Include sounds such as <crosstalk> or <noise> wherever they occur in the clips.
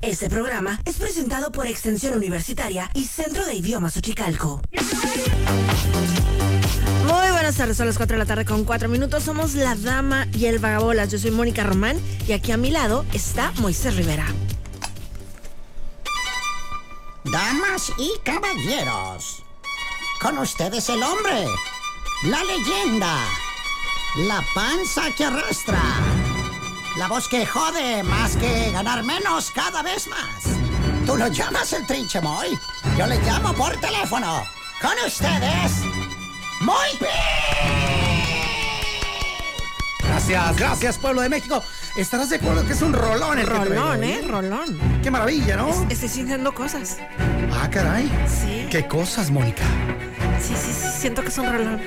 Este programa es presentado por Extensión Universitaria y Centro de Idiomas Uchicalco. Muy buenas tardes, son las 4 de la tarde con 4 minutos. Somos la dama y el vagabolas. Yo soy Mónica Román y aquí a mi lado está Moisés Rivera. Damas y caballeros, con ustedes el hombre, la leyenda, la panza que arrastra, la voz que jode más que ganar menos cada vez más. Tú lo llamas el trinchemoy, yo le llamo por teléfono. Con ustedes, muy Gracias, gracias pueblo de México. Estarás de acuerdo que es un rolón el que Rolón, traigo, ¿eh? Rolón. Qué maravilla, ¿no? Estoy sintiendo cosas. Ah, caray. Sí. ¿Qué cosas, Mónica? Sí, sí, sí, siento que es un rolón.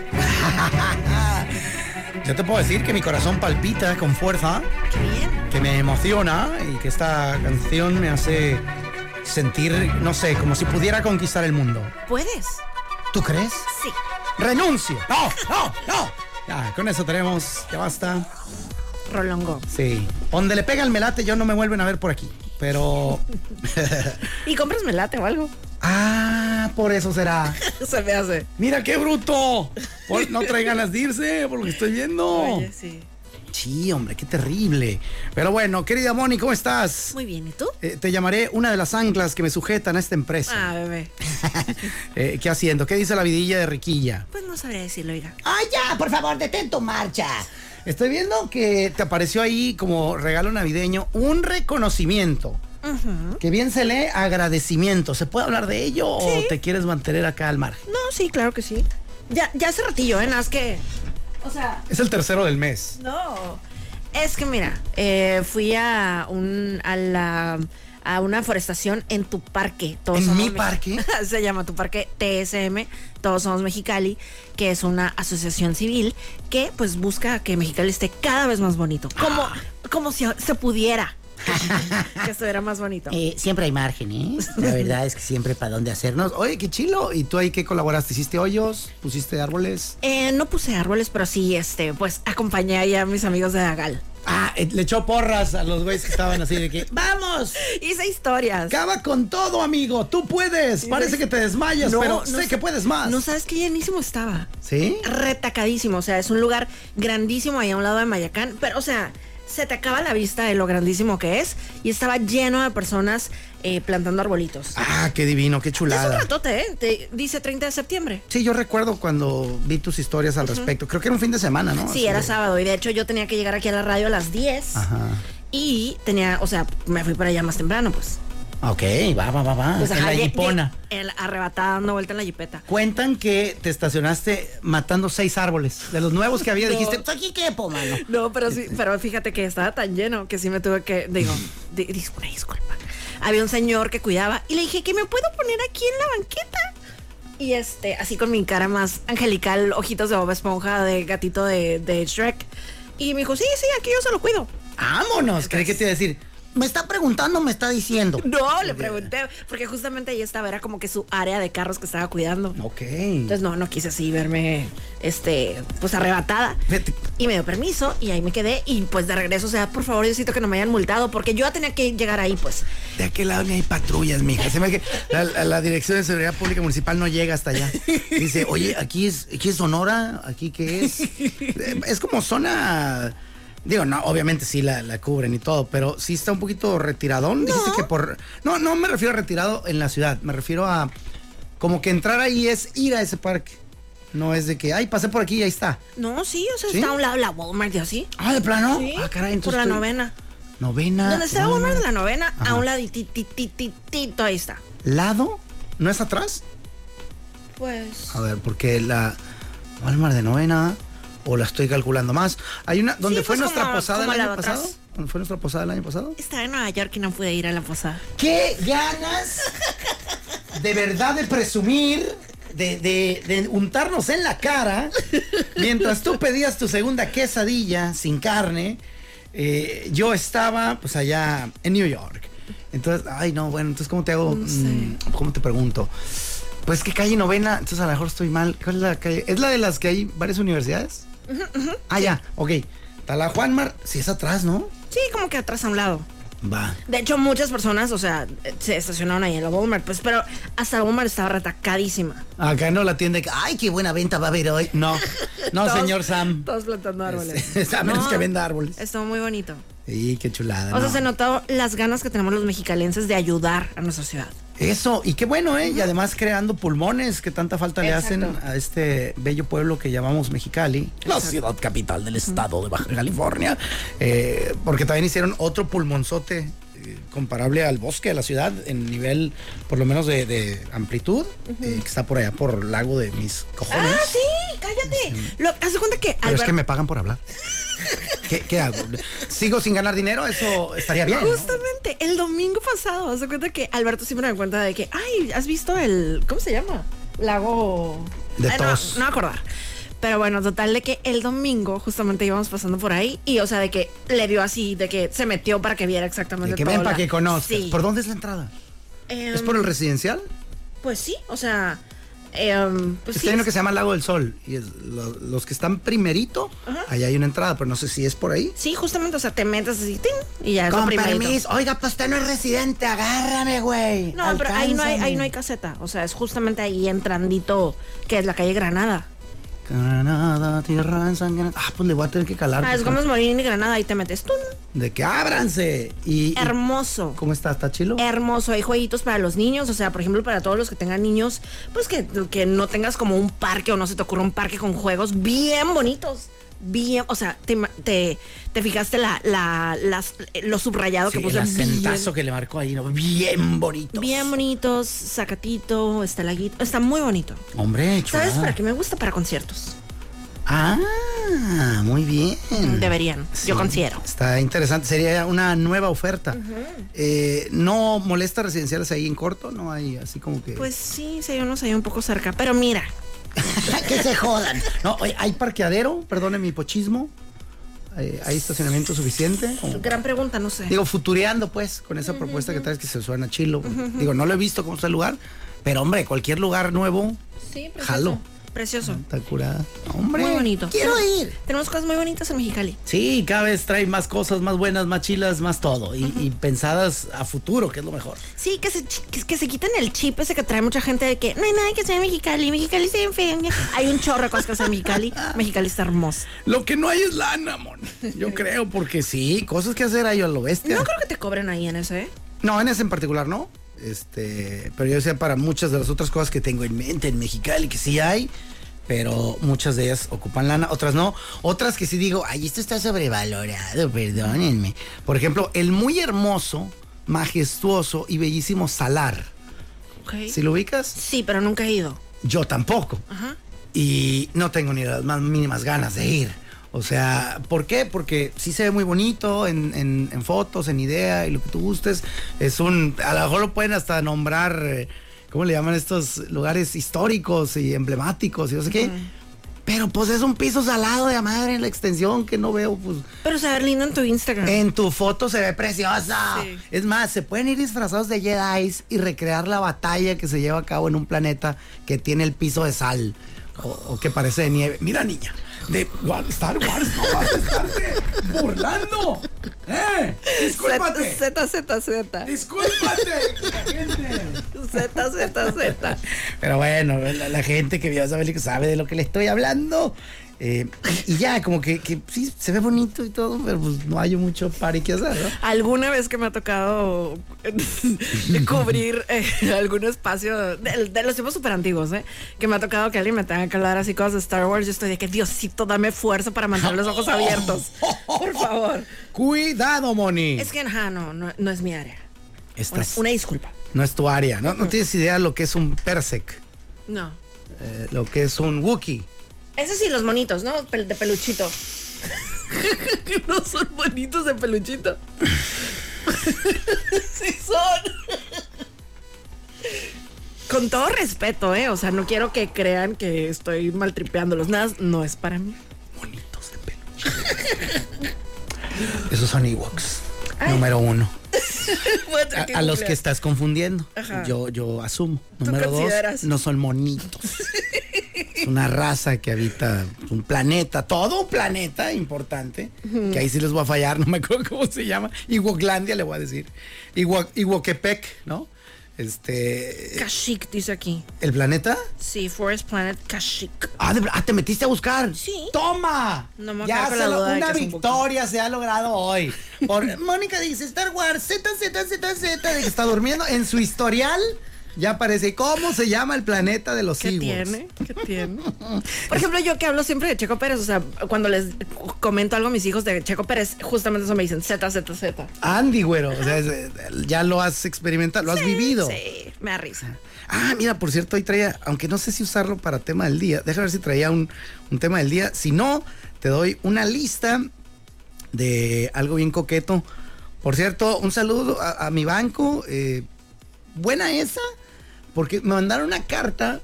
Yo te puedo decir que mi corazón palpita con fuerza, Qué bien. que me emociona y que esta canción me hace sentir, no sé, como si pudiera conquistar el mundo. ¿Puedes? ¿Tú crees? Sí. ¡Renuncio! ¡No, no, no! Ya, con eso tenemos, ya basta. Rolongo. Sí. Donde le pega el melate, yo no me vuelven a ver por aquí. Pero. Y compras melate o algo. ah, por eso será. <laughs> Se me hace. ¡Mira qué bruto! Hoy no <laughs> trae ganas de irse, por lo que estoy viendo. Oye, sí. Sí, hombre, qué terrible. Pero bueno, querida Moni, ¿cómo estás? Muy bien, ¿y tú? Eh, te llamaré una de las anclas que me sujetan a esta empresa. Ah, bebé. <laughs> Eh, ¿Qué haciendo? ¿Qué dice la vidilla de Riquilla? Pues no sabría decirlo, oiga. ¡Ay, ya! Por favor, detén tu marcha. Estoy viendo que te apareció ahí como regalo navideño un reconocimiento. Que bien se lee agradecimiento. ¿Se puede hablar de ello Sí. o te quieres mantener acá al margen? No, sí, claro que sí. Ya, ya hace ratillo, ¿eh? Nada más que. O sea, Es el tercero del mes. no. Es que mira, eh, fui a un. a la. a una forestación en tu parque. Todos ¿En somos mi Mex- parque? <laughs> Se llama tu parque TSM, Todos Somos Mexicali, que es una asociación civil que pues busca que Mexicali esté cada vez más bonito. Como, Ah. como si se <laughs> pudiera. <laughs> que estuviera más bonito. Eh, siempre hay margen, ¿eh? La verdad es que siempre para dónde hacernos. Oye, qué chilo. ¿Y tú ahí qué colaboraste? ¿Hiciste hoyos? ¿Pusiste árboles? Eh, no puse árboles, pero sí, este, pues acompañé ahí a mis amigos de Dagal. Ah, eh, le echó porras a los güeyes que estaban así de que, <laughs> ¡vamos! Hice historias. Acaba con todo, amigo. Tú puedes. Parece que te desmayas, No, pero no sé sa- que puedes más. No sabes qué llenísimo estaba. ¿Sí? Retacadísimo. O sea, es un lugar grandísimo ahí a un lado de Mayacán. Pero, o sea, se te acaba la vista de lo grandísimo que es. Y estaba lleno de personas eh, plantando arbolitos. Ah, qué divino, qué es un chulada. ratote, ¿eh? Te dice 30 de septiembre. Sí, yo recuerdo cuando vi tus historias al respecto. Creo que era un fin de semana, ¿no? Sí, Así era de- sábado. Y de hecho, yo tenía que llegar aquí a la radio a las 10. Ajá. Y tenía, o sea, me fui para allá más temprano, pues. Ok, va, va, va, va. Pues, Ah, en ajá, la lle- lle- Yipona. el- arrebatada dando vuelta en la jipeta. Cuentan que te estacionaste matando seis árboles. De los nuevos que <laughs> había, dijiste, Pues aquí quepo, mano. No, pero sí, pero fíjate que estaba tan lleno que sí me tuve que, digo, di- dis- una disculpa. Había un señor que cuidaba y le dije que me puedo poner aquí en la banqueta. Y este, así con mi cara más angelical, ojitos de Bob Esponja, de gatito de, de Shrek. Y me dijo, sí, sí, aquí yo se lo cuido. ¡vámonos! Creí que te iba a decir, Me está preguntando, me está diciendo. No, le pregunté, porque justamente ahí estaba, era como que su área de carros que estaba cuidando. ok. Entonces no, no quise así verme, este, pues arrebatada. Fíjate, Y me dio permiso y ahí me quedé y pues de regreso, o sea, por favor, Diosito que no me hayan multado porque yo ya tenía que llegar ahí, pues. De aquel lado ni hay patrullas, mija. Se me que la, la- la Dirección de Seguridad Pública Municipal no llega hasta allá. Dice, oye, aquí es, aquí es Sonora, aquí qué es. Eh, Es como zona. Digo, no, obviamente sí la, la cubren y todo, pero sí está un poquito retiradón. Dijiste que por. No, no me refiero a retirado en la ciudad, me refiero a. Como que entrar ahí es ir a ese parque. No es de que, ay, pasé por aquí y ahí está. No, sí, o sea, ¿Sí? está a un lado la Walmart y así. Ah, de plano. Sí, Ah, caray, por entonces. la tú- novena. Novena. Donde está la no, Walmart no. de la novena, Ajá. a un ladititititito, ahí está. ¿Lado? ¿No es atrás? Pues. A ver, porque la Walmart de novena, o la estoy calculando más. Hay una, donde Sí, fue pues, nuestra como- posada el como la año de pasado. atrás. ¿Dónde fue nuestra posada el año pasado? Estaba en Nueva York y no pude ir a la posada. ¡Qué ganas de verdad de presumir de, de- de untarnos en la cara mientras tú pedías tu segunda quesadilla sin carne. eh, yo estaba pues allá en New York. Entonces, ay no, bueno, entonces ¿cómo te hago? Mm, ¿Cómo te pregunto? Pues qué calle novena, entonces a lo mejor estoy mal. ¿Cuál es la calle? ¿Es la de las que hay varias universidades? Ah, ya, ok. Está la Juanmar, si es atrás, ¿no? Sí, como que atrás a un lado. Va. De hecho, muchas personas, o sea, eh, se estacionaron ahí en la Walmart, pues, pero hasta la Walmart estaba retacadísima. Acá no la tienda que, ay, qué buena venta va a haber hoy. <laughs> No, no, Todos- señor Sam. Todos plantando árboles. <laughs> A menos No, que venda árboles. Estuvo muy bonito. Sí, qué chulada. O sea, no. se notó las ganas que tenemos los mexicalenses de ayudar a nuestra ciudad. Eso, y qué bueno, ¿eh? Y además creando pulmones que tanta falta le Exacto. hacen a este bello pueblo que llamamos Mexicali, la ciudad capital del estado de Baja California, eh, porque también hicieron otro pulmonzote eh, comparable al bosque de la ciudad en nivel, por lo menos de, de amplitud, eh, que está por allá por lago de mis cojones. ¡Ah, sí! ¡Cállate! Lo, haz de cuenta que Pero es Albert- que me pagan por hablar. ¿Qué, qué hago? ¿Sigo sin ganar dinero? Eso estaría bien. ¿no? Justamente el domingo pasado, haz de cuenta que Alberto siempre me cuenta de que, ay, ¿has visto el. ¿Cómo se llama? Lago. De Ay, no, tos. No, me acordar. Pero bueno, total de que el domingo justamente íbamos pasando por ahí y, o sea, de que le vio así, de que se metió para que viera exactamente De que todo ven la- para que conozcas. Sí. ¿Por dónde es la entrada? ¿Es Em, por el residencial? Pues sí, o sea. em, pues Pues sí, hay uno es- que se llama Lago del Sol. Y es lo- los que están primerito, ahí hay una entrada, pero no sé si es por ahí. sí, justamente, o sea, te metes así ¡ting! y ya es lo Con primerito. permiso. Oiga, pues usted no es residente. Agárrame, güey. No, pero ahí no, hay, ahí no hay Alcánzame. caseta. O sea, es justamente ahí entrandito, que es la calle Granada. Granada, tierra ensangrada. Ah, pues le voy a tener que calar. Ah, es porque- Gómez Morín y Granada, ahí te metes. ¡Tum! De que ábranse. Y, y- Hermoso. ¿Cómo está? ¿Está chilo? Hermoso, hay jueguitos para los niños, o sea, por ejemplo, para todos los que tengan niños, pues que, que no tengas como un parque o no se te ocurra un parque con juegos bien bonitos. Bien, o sea, te, ma- te, te fijaste la, la, las- lo subrayado Sí, que puse. el Bien, acentazo que le marcó ahí, ¿no? Bien bonito. bien bonitos, Zacatito, Estalaguito, está muy bonito. Hombre, ¿Sabes chulada. para qué me gusta? Para conciertos. <laughs> Ah, muy bien. Deberían, Mm. Sí, yo considero. Está interesante, sería una nueva oferta. Eh, ¿No molesta residenciales ahí en corto? ¿No hay así como que...? Pues sí, sí, yo no sé, un poco cerca, pero mira, que se jodan. No, oye, ¿hay parqueadero? Perdone mi pochismo. Eh, ¿Hay estacionamiento suficiente? Como- gran pregunta, no sé. Digo, futureando pues, con esa propuesta que traes que se suena chilo. Digo, no lo he visto cómo está el lugar, pero hombre, cualquier lugar nuevo, sí, precioso. jalo. Precioso. está curada. Hombre. Muy bonito. Quiero ir. Tenemos cosas muy bonitas en Mexicali. Sí, cada vez trae más cosas, más buenas, más chilas, más todo. Y, y pensadas a futuro, que es lo mejor. Sí, que se, chi- que, que se quiten el chip ese que trae mucha gente de que no hay nada que sea en Mexicali, Mexicali está bien feo. Hay un chorro de cosas que sea en <laughs> Mexicali. Mexicali está hermoso. Lo que no hay es lana, mon. Yo creo, porque sí, cosas que hacer ahí a lo bestia. No creo que te cobren ahí en ese, ¿eh? No, en ese en particular no. Este, pero yo decía para muchas de las otras cosas que tengo en mente en Mexicali, que sí hay, pero muchas de ellas ocupan lana, otras no. Otras que sí digo, ay, esto está sobrevalorado, perdónenme. Por ejemplo, el muy hermoso, majestuoso y bellísimo Salar. Ok. ¿Si lo ubicas? Sí, pero nunca he ido. Yo tampoco. Ajá. Y no tengo ni las más mínimas ganas de ir. O sea, ¿por qué? Porque sí se ve muy bonito en, en- en fotos, en idea y lo que tú gustes. Es un. A lo mejor lo pueden hasta nombrar. eh, ¿Cómo le llaman estos lugares históricos y emblemáticos y no sé qué? Pero pues es un piso salado de la madre en la extensión que no veo, <laughs> pues. Pero se ve lindo en tu Instagram. En tu foto se ve precioso. Sí. Es más, se pueden ir disfrazados de Jedi y recrear la batalla que se lleva a cabo en un planeta que tiene el piso de sal o, o que parece de nieve. Mira, niña, de Wa- Star Wars no vas a estarte burlando. ¡Eh! ¡Discúlpate! Z, Z, Z. ¡Discúlpate! <laughs> Z, Z, Z. Pero bueno, la, la gente que vio esa película sabe de lo que le estoy hablando. Eh, y ya, como que, que sí, se ve bonito y todo, pero pues no hay mucho party que hacer, ¿no? Alguna vez que me ha tocado <laughs> cubrir eh, algún espacio de, de los tiempos súper antiguos, ¿eh? Que me ha tocado que alguien me tenga que hablar así cosas de Star Wars. Yo estoy de que Diosito, dame fuerza para mantener los ojos abiertos. Por favor. Cuidado, Moni. Es que, ajá, no, no, no es mi área. Una, Estás- una disculpa. no es tu área, ¿no? No tienes idea lo que es un Persec, No. eh, lo que es un Wookiee. Eso sí, los monitos, ¿no? Pel- De peluchito. Que <laughs> no son bonitos de peluchito. <laughs> sí son. con todo respeto, ¿eh? O sea, no quiero que crean que estoy maltripeándolos. Nada, no es para mí. Monitos de peluche. <laughs> Esos son Ewoks. Número uno. <laughs> Voy a tener A, a los que googlear. estás confundiendo. Ajá. Yo, yo asumo. Número dos, consideras? no <laughs> son monitos. es una raza que habita un planeta, todo un planeta importante. Que ahí sí les voy a fallar, <laughs> no me acuerdo cómo se llama. Iwoklandia le voy a decir. Iwo- Iwokepec, ¿no? Este. Kashik dice aquí. ¿El planeta? Sí, Forest Planet Kashik. Ah, de verdad, ah, te metiste a buscar. Sí. ¡Toma! No me ya acabo se la lo- duda de una que es un victoria se ha logrado hoy. <laughs> Por- Mónica dice, Star Wars, Z, Z, Z, Z, de que está durmiendo. En su historial ya aparece cómo se llama el planeta de los ¿Qué Ewoks. tiene? <laughs> ¿Qué tiene? Por ejemplo, yo que hablo siempre de Checo Pérez, o sea, cuando les comento algo a mis hijos de Checo Pérez, justamente eso me dicen Z, Z, Z. Andy, güero. O sea, es- ya lo has experimentado, lo has vivido. Sí, me da risa. Ah, mira, por cierto, hoy traía, aunque no sé si usarlo para tema del día, déjame ver si traía un, un tema del día. Si no, te doy una lista de algo bien coqueto. Por cierto, un saludo a, a mi banco. eh, buena esa, porque me mandaron una carta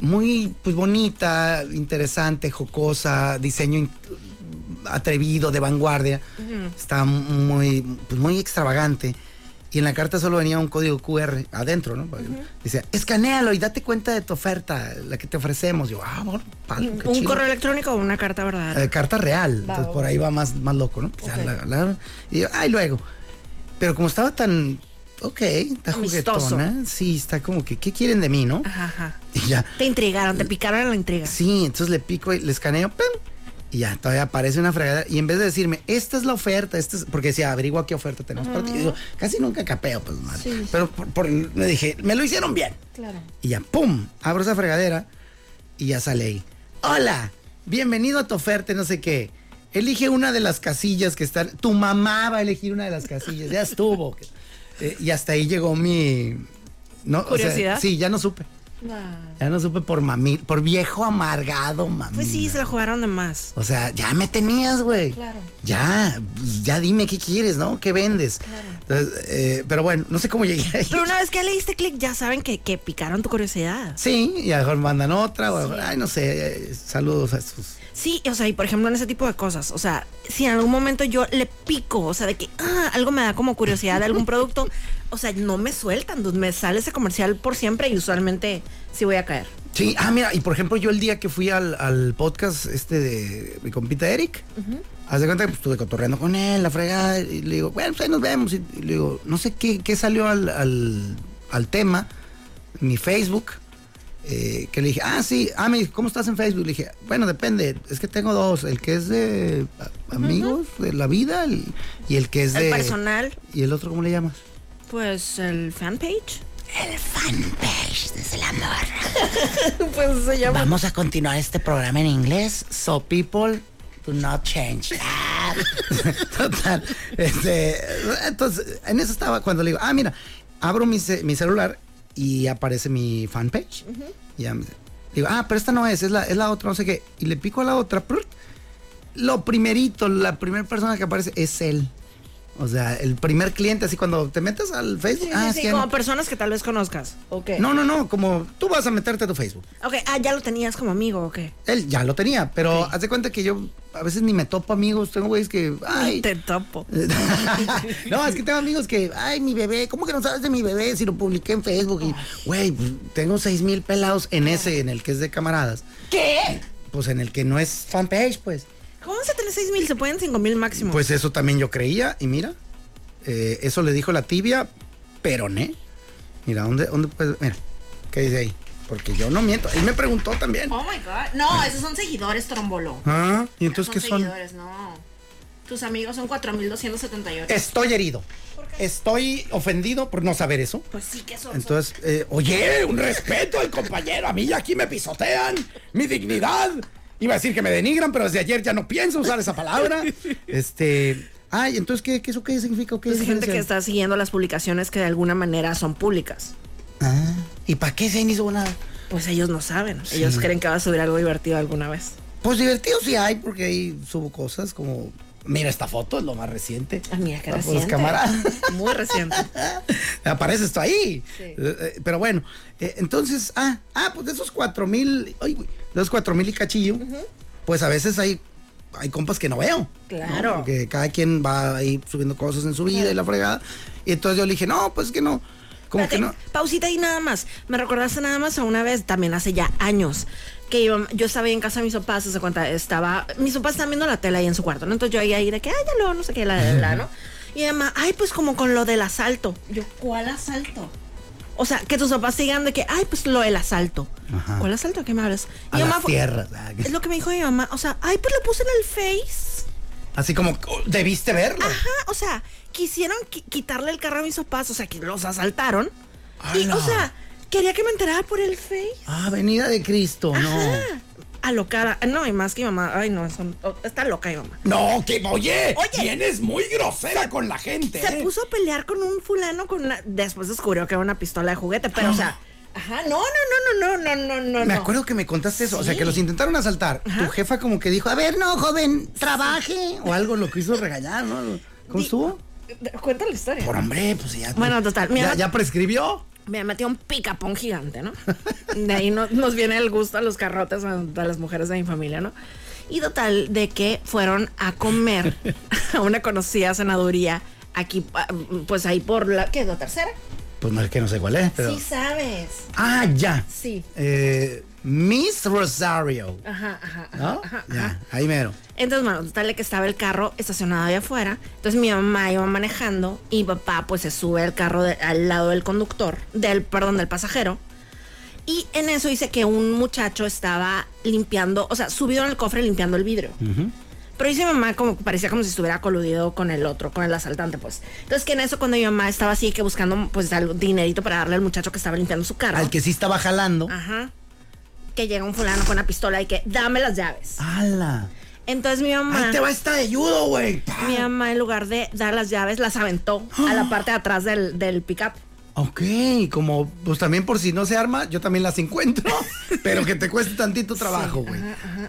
muy pues, bonita, interesante, jocosa, diseño in- atrevido, de vanguardia. Está muy, pues, muy extravagante. Y en la carta solo venía un código QR adentro, ¿no? Dice, escanealo y date cuenta de tu oferta, la que te ofrecemos. Yo, ah, bueno, palo, qué Un chido". correo electrónico o una carta verdadera. Eh, carta real. Entonces Ah. ok. por ahí va más, más loco, ¿no? O sea, la- la- y yo, ay, luego. Pero como estaba tan. Ok, está Amistoso. Ah. juguetona. Sí, está como que, ¿qué quieren de mí, no? Ajá, ajá. <laughs> Y ya. Te intrigaron, te picaron en la intriga. Sí, entonces le pico y le escaneo, ¡pam! Y ya, todavía aparece una fregadera. Y en vez de decirme, esta es la oferta, esta es. Porque decía, averigua qué oferta tenemos para ti. Yo digo, casi nunca capeo, pues madre. Pero por- por- me dije, me lo hicieron bien. Claro. Y ya, ¡pum! Abro esa fregadera y ya sale ahí. ¡Hola! Bienvenido a tu oferta, no sé qué. Elige una de las casillas que están. Tu mamá va a elegir una de las casillas. Ya estuvo. Eh, y hasta ahí llegó mi. No, o sea, ¿Curiosidad? sí, ya no supe. Ah. Ya no supe por mami, por viejo amargado, mami. Pues sí, se la jugaron de más. O sea, ya me tenías, güey. Claro. Ya, ya dime qué quieres, ¿no? ¿Qué vendes? Entonces, eh, pero bueno, no sé cómo llegué ahí. <laughs> Pero una vez que le diste clic, ya saben que, que picaron tu curiosidad. Sí, y a lo mejor mandan otra, o, ay, no sé, eh, saludos a sus... Sí, o sea, y por ejemplo en ese tipo de cosas, o sea, si en algún momento yo le pico, o sea, de que ah, algo me da como curiosidad de <laughs> algún producto, o sea, no me sueltan, dude, me sale ese comercial por siempre y usualmente sí voy a caer. Sí, ah, mira, y por ejemplo, yo el día que fui al, al podcast este de mi compita Eric, haz de cuenta que pues, estuve cotorreando con él, la fregada, y le digo, bueno, pues ahí nos vemos, y, y le digo, no sé qué, qué salió al, al, al tema, en mi Facebook, eh, que le dije, ah, sí, ah, me dijo, ¿cómo estás en Facebook? Le dije, bueno, depende, es que tengo dos, el que es de a- amigos, de la vida, el- y el que es El de... personal, ¿Y el otro cómo le llamas? pues el <laughs> fanpage. Fanpage desde la morra. Pues se llama. Vamos a continuar este programa en inglés. So people Do not change. Ah, Total. Este, entonces, en eso estaba cuando le digo, ah, mira, abro mi, ce- mi celular y aparece mi fanpage. Y ya me- digo, ah, pero esta no es, es la, es la otra, no sé qué. Y le pico a la otra. prut. Lo primerito, la primera persona que aparece es él. O sea, el primer cliente, así cuando te metes al Facebook. Sí, ah, sí, es sí, que- como personas que tal vez conozcas. Ok. No, no, no, como tú vas a meterte a tu Facebook. Ok, ah, ya lo tenías como amigo, ok. Él ya lo tenía, pero haz de cuenta que yo a veces ni me topo amigos, tengo güeyes que, ay, Te topo. <laughs> no, es que tengo amigos que, ay, mi bebé, ¿cómo que no sabes de mi bebé si lo publiqué en Facebook? Y, güey, pues, tengo seis mil pelados en ese, en el que es de camaradas. ¿Qué? Pues en el que no es fanpage, pues. ¿Cómo se tiene 6 mil? Se pueden 5 mil máximo. Pues eso también yo creía, y mira, eh, eso le dijo la tibia, pero ¿eh? Mira, ¿dónde, dónde puedes? Mira, ¿qué dice ahí? Porque yo no miento. Él me preguntó también. Oh my god. No, esos son seguidores, trombolo. Ah, ¿y entonces qué son son? seguidores, no. Tus amigos son 4278. Estoy herido. Estoy ofendido por no saber eso. Pues sí que son. Entonces, eh, oye, un respeto al compañero. A mí ya aquí me pisotean mi dignidad. Iba a decir que me denigran, pero desde ayer ya no pienso usar esa palabra. Este. Ay, entonces, ¿qué, qué, eso qué significa? ¿Qué es Pues, gente que diferencia? está siguiendo las publicaciones que de alguna manera son públicas. Ah, ¿Y para qué se hizo nada? Pues ellos no saben. Ellos creen que va a subir algo divertido alguna vez. Pues divertido sí hay, porque ahí subo cosas como Mira esta foto, es lo más reciente. Ah, mira, qué Ah, pues, reciente. cámara. Muy reciente. Aparece esto ahí. Sí. Eh, eh, Pero bueno, eh, entonces, ah, ah, pues de esos cuatro mil, ay, güey, de esos cuatro mil y cachillo, pues a veces hay, hay compas que no veo. ¿no? Claro. Porque cada quien va ahí subiendo cosas en su vida y la fregada. Y entonces yo le dije, no, pues que no. Como que no. Espérate, Pausita y nada más. Me recordaste nada más a una vez, también hace ya años, que yo, yo estaba ahí en casa de mis papás, se cuenta, estaba, mis papás estaban viendo la tele ahí en su cuarto, ¿no? Entonces yo ahí, ahí de que, ay, ya lo, no sé qué, la, la, la, ¿no? Y además, ay, pues como con lo del asalto. Yo, ¿cuál asalto? O sea, que tus papás sigan de que, ay, pues lo del asalto. Ajá. ¿Cuál asalto? ¿Qué me hablas? A Mi las fue- tierras, ah, que- Es lo que me dijo mi mamá. O sea, ay, pues lo puse en el Face. Así como, oh, debiste verlo. Ajá, o sea, quisieron qui- quitarle el carro a mis papás, o sea, que los asaltaron. Ay, y, no. o sea, quería que me enterara por el Face. Ah, venida de Cristo, Ah. no. Ajá. Alocada. No, y más que mi mamá. Ay, no, son- oh, está loca mi mamá. No, que oye, Oye. vienes muy grosera con la gente. Se ¿eh? puso a pelear con un fulano con una. Después descubrió que era una pistola de juguete, pero, o <gasps> sea. Ajá, no, no, no, no, no, no, no, no. Me no. acuerdo que me contaste eso, o sea, Sí. que los intentaron asaltar. Ajá. Tu jefa como que dijo, a ver, no, joven, trabaje. O algo lo quiso regañar, ¿no? ¿Cómo Di- estuvo? Cuenta la historia. Por hombre, pues ya. Bueno, total, mi Ya, mamá- ya prescribió. Me metió un picapón gigante, ¿no? De ahí no- nos viene el gusto a los carrotes, a, a las mujeres de mi familia, ¿no? Y total, de que fueron a comer <laughs> a una conocida cenaduría aquí, pa- pues ahí por la, ¿qué? ¿La tercera? Pues no es que no sé cuál es, pero. Sí sabes. Ah, ya. Sí. Eh, Miss Rosario. Ajá, ajá, ajá, ¿No? ajá, ajá. Ya, ahí mero. Entonces, bueno, total de que estaba el carro estacionado ahí afuera. Entonces mi mamá iba manejando y mi papá pues se sube al carro de- al lado del conductor, del, perdón, del pasajero. Y en eso dice que un muchacho estaba limpiando, o sea, subido en el cofre limpiando el vidrio. Pero dice mi mamá como parecía como si estuviera coludido con el otro, con el asaltante, pues. Entonces que en eso cuando mi mamá estaba así que buscando pues algo, dinerito para darle al muchacho que estaba limpiando su carro. Al que sí estaba jalando. Ajá. Que llega un fulano con una pistola y que dame las llaves. ¡Hala! Entonces mi mamá... Ah. Ahí te va esta de judo, güey. Pa. Mi mamá, en lugar de dar las llaves, las aventó a la parte de atrás del, del pickup. Ok, como pues también por si no se arma, yo también <laughs> las encuentro, pero que te cueste tantito trabajo, güey.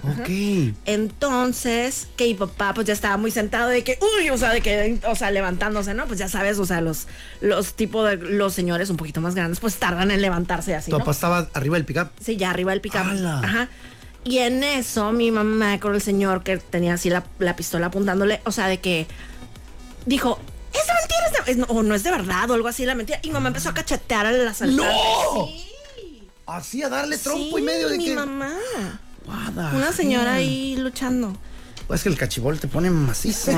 ok. Entonces, que mi papá pues ya estaba muy sentado de que, uy, o sea, de que, o sea, levantándose, ¿no? Pues ya sabes, o sea, los, los tipos de los señores un poquito más grandes, pues tardan en levantarse así. Tu ¿no? papá estaba arriba del pickup. Sí, ya arriba del pickup. ¡Hala! Ajá. Y en eso, mi mamá con el señor que tenía así la, la pistola apuntándole, o sea, de que dijo, es de mentira, es de- es- o no es de verdad, o algo así, la mentira. Y mi mamá empezó a cachetear al asaltante. ¡No! Sí. Así a darle trompo Sí, y medio de mi que. mamá. Guada, Una señora mira. ahí luchando. Pues es que el cachibol te pone macizo,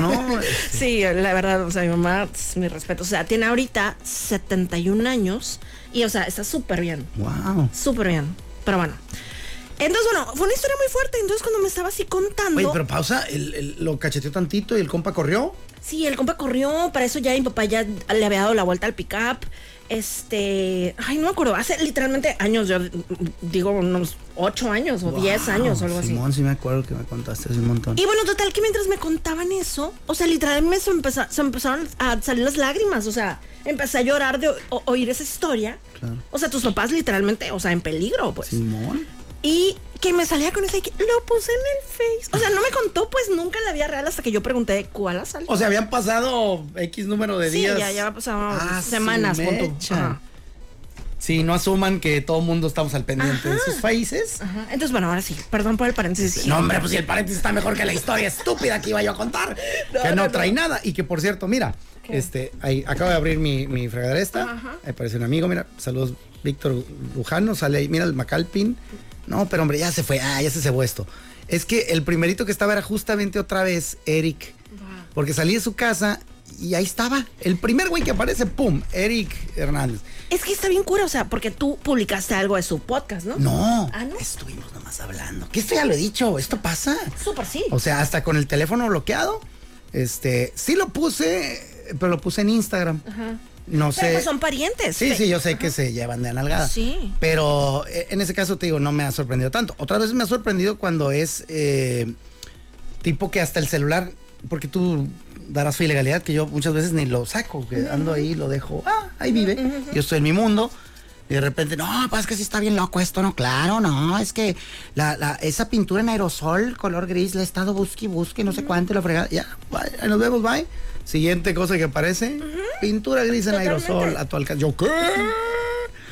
<laughs> ¿no? Sí, la verdad, o sea, mi mamá, tss, mi respeto. O sea, tiene ahorita 71 años y, o sea, está súper bien. wow. Súper bien. Pero bueno. Entonces, bueno, fue una historia muy fuerte. Entonces, cuando me estaba así contando, Oye, pero pausa, el- el- lo cacheteó tantito y el compa corrió. sí, el compa corrió. Para eso ya mi papá ya le había dado la vuelta al pickup. Este, ay, no me acuerdo. Hace literalmente años, yo digo unos 8 años o 10 Wow, años o algo así. Simón, sí me acuerdo que me contaste hace un montón. Y bueno, total que mientras me contaban eso, o sea, literalmente se, empeza- se empezaron a salir las lágrimas, o sea, empecé a llorar de o- oír esa historia. Claro. O sea, tus papás literalmente, o sea, en peligro, pues. Simón. Y que me salía con ese, que lo puse en el Face. O sea, no me contó pues nunca en la vida real hasta que yo pregunté cuál asalto. O sea, habían pasado X número de Sí, días. ya, ya pasaron Ah, semanas, su pon tú. mecha. Ajá. Sí, no asuman que todo el mundo estamos al pendiente de sus países. Ajá. Entonces, bueno, ahora sí, perdón por el paréntesis. No, hombre, pues si el paréntesis está mejor que la historia estúpida que iba yo <laughs> a contar. que no, trae nada. Y que por cierto, mira, este, ahí acabo de abrir mi, mi fregadera esta. Ahí aparece un amigo, mira, saludos, Víctor Lujano, sale ahí, mira el Macalpin. No, pero hombre, ya se fue, ah, ya se cebó esto. Es que el primerito que estaba era justamente otra vez Eric. Porque salí de su casa y ahí estaba. El primer güey que aparece, ¡pum! Eric Hernández. Es que está bien cura, o sea, porque tú publicaste algo de su podcast, ¿no? No, Ah, ¿no? estuvimos nomás hablando. Que esto ya lo he dicho, esto pasa. Súper sí. O sea, hasta con el teléfono bloqueado. Este, sí lo puse, pero lo puse en Instagram. No sé. Pero pues son parientes. Sí, Fe- sí, yo sé que se llevan de Ah. analgada. Sí. Pero eh, en ese caso te digo, no me ha sorprendido tanto. Otra vez me ha sorprendido cuando es eh, tipo que hasta el celular, porque tú darás su ilegalidad, que yo muchas veces ni lo saco, que ando ahí, lo dejo, ah, ahí vive, yo estoy en mi mundo. Y de repente, no, pues es que sí está bien loco esto, no, claro, no, es que la, la- esa pintura en aerosol, color gris, le he estado busque y busque, no sé cuánto, y la fregada, ya, bye, ahí nos vemos, bye. Siguiente cosa que aparece, pintura gris en Totalmente. aerosol a tu alcance. Yo, ¿qué?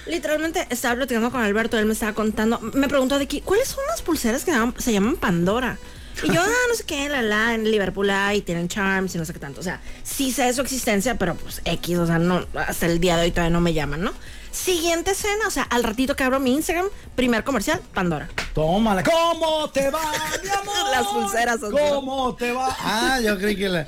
Literalmente estaba platicando con Alberto, él me estaba contando, me preguntó de qué, ¿cuáles son las pulseras que llaman- se llaman Pandora? Y yo, ah, no sé qué, la la, en Liverpool hay, tienen charms y no sé qué tanto. O sea, sí sé de su existencia, pero pues X, o sea, no, hasta el día de hoy todavía no me llaman, ¿no? Siguiente escena, o sea, al ratito que abro mi Instagram, primer comercial, Pandora. Tómala. ¿Cómo te va, <laughs> mi amor? Las pulseras, o sea. ¿Cómo te va? Ah, yo creí que la.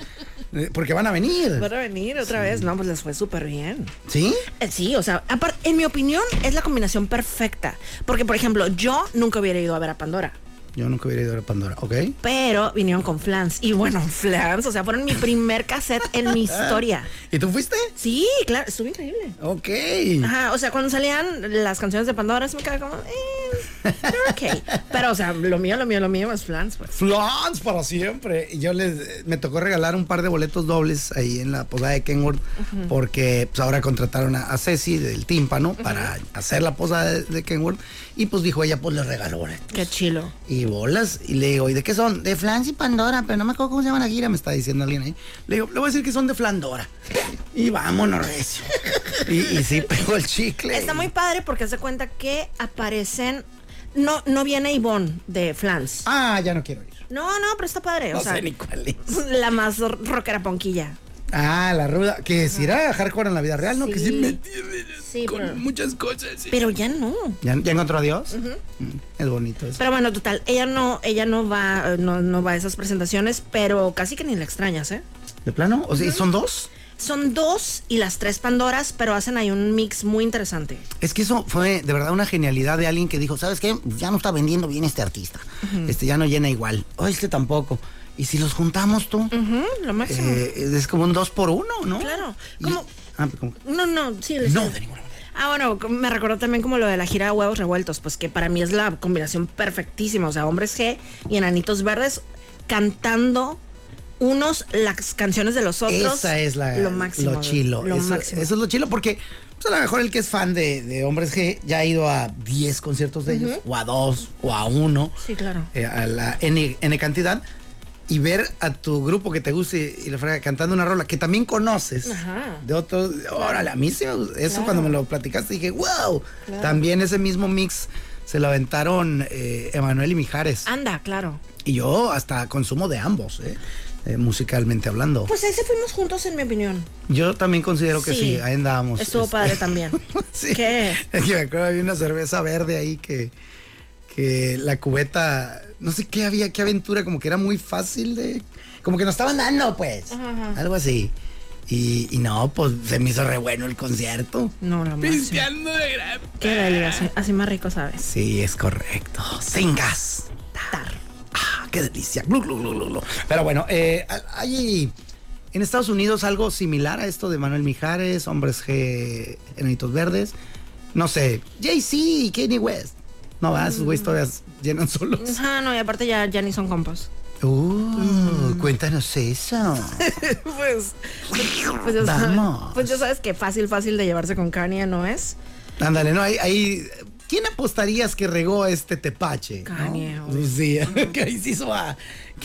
eh, Porque van a venir. Van a venir otra vez, no, pues les fue súper bien. ¿Sí? Eh, Sí, o sea, apar- en mi opinión es la combinación perfecta. Porque, por ejemplo, yo nunca hubiera ido a ver a Pandora. Yo nunca hubiera ido a Pandora, ¿ok? Pero vinieron con flans. Y <laughs> bueno, flans, o sea, fueron mi primer cassette en mi historia. ¿Y tú fuiste? Sí, claro, estuvo increíble. Ok. Ajá, o sea, cuando salían las canciones de Pandora, se me quedaba como, eh, they're okay. Pero, o sea, lo mío, lo mío, lo mío es flans, pues. Flans para siempre. Y Yo les, me tocó regalar un par de boletos dobles ahí en la posada de Kenworth porque pues, ahora contrataron a, a Ceci del tímpano para hacer la posada de, de Kenworth y pues dijo ella pues les regaló boletos. Qué chilo. Y bolas, y le digo, ¿y de qué son? De Flans y Pandora, pero no me acuerdo cómo se llama la gira, me está diciendo alguien ahí. Le digo, le voy a decir que son de Flandora. Y vámonos, recio. y, y sí, pegó el chicle. Está muy padre porque se cuenta que aparecen. No, no viene Ivonne de flans. Ah, ya no quiero ir. No, no, pero está padre. No o sea, sé ni cuál es. <laughs> la más rockera ponquilla. Ah, la ruda. Que si era hardcore en la vida real, ¿no? Que sí Sí. me Sí, con pero- muchas cosas. sí. Pero ya no. ¿Ya, ya encontró a Dios? Mm, Es bonito eso. Pero bueno, total, ella no, ella no va, eh, no, no va a esas presentaciones, pero casi que ni la extrañas, ¿eh? ¿De plano? O sea, ¿y ¿Son dos? Son dos y las tres Pandoras, pero hacen ahí un mix muy interesante. Es que eso fue de verdad una genialidad de alguien que dijo, ¿sabes qué? Ya no está vendiendo bien este artista. Este ya no llena igual. O este tampoco. Y si los juntamos tú, Ujú, lo máximo. eh, es como un dos por uno, ¿no? Mm. Claro. Y- Como- Ah, pero como- No, no, sí. No, sí. de ninguna manera. Ah, bueno, com- me recordó también como lo de la gira de huevos revueltos, pues que para mí es la combinación perfectísima. O sea, hombres G y enanitos verdes cantando unos las canciones de los otros. Esa es la, lo máximo. lo chilo. Lo eso, máximo. eso es lo chilo porque pues, a lo mejor el que es fan de, de Hombres G ya ha ido a 10 conciertos de ellos, o a dos, o a uno. Sí, claro. eh, a la N, N cantidad. Y ver a tu grupo que te guste y la frega cantando una rola que también conoces Ajá. de otro. Órale, a mí sí me gusta. Eso cuando me lo platicaste dije, wow. También ese mismo mix se lo aventaron eh, Emanuel y Mijares. Anda, claro. Y yo hasta consumo de ambos, eh, eh, musicalmente hablando. Pues ahí se fuimos juntos, en mi opinión. Yo también considero que sí, ahí andábamos. Estuvo Este, padre también. <laughs> Sí. ¿Qué? Es que me acuerdo, había una cerveza verde ahí que, que la cubeta, no sé qué había, qué aventura, como que era muy fácil de. Como que nos estaban dando, pues. Algo así. Y, y no, pues se me hizo re bueno el concierto. No, lo máximo. Qué delicia. Así más rico, ¿sabes? Sí, es correcto. Sin gas. Tar. Ah, qué delicia. Glu, glu, glu, glu, glu. Pero bueno, eh, a- hay en Estados Unidos algo similar a esto de Manuel Mijares, Hombres G, Enanitos Verdes. No sé, Jay-Z y Kanye West. No, va, sus güeyes todavía llenan solos. Ah, no, y aparte ya, ya ni son compas. <laughs> Uh, cuéntanos eso. <laughs> pues, pues, ya Vamos. sabes, pues ya sabes que fácil, fácil de llevarse con Kanye no es. <laughs> Ándale, no, ahí, ahí- ¿Quién apostarías que regó este tepache? no? Kanye, Pues Sí, <laughs> que inciso A.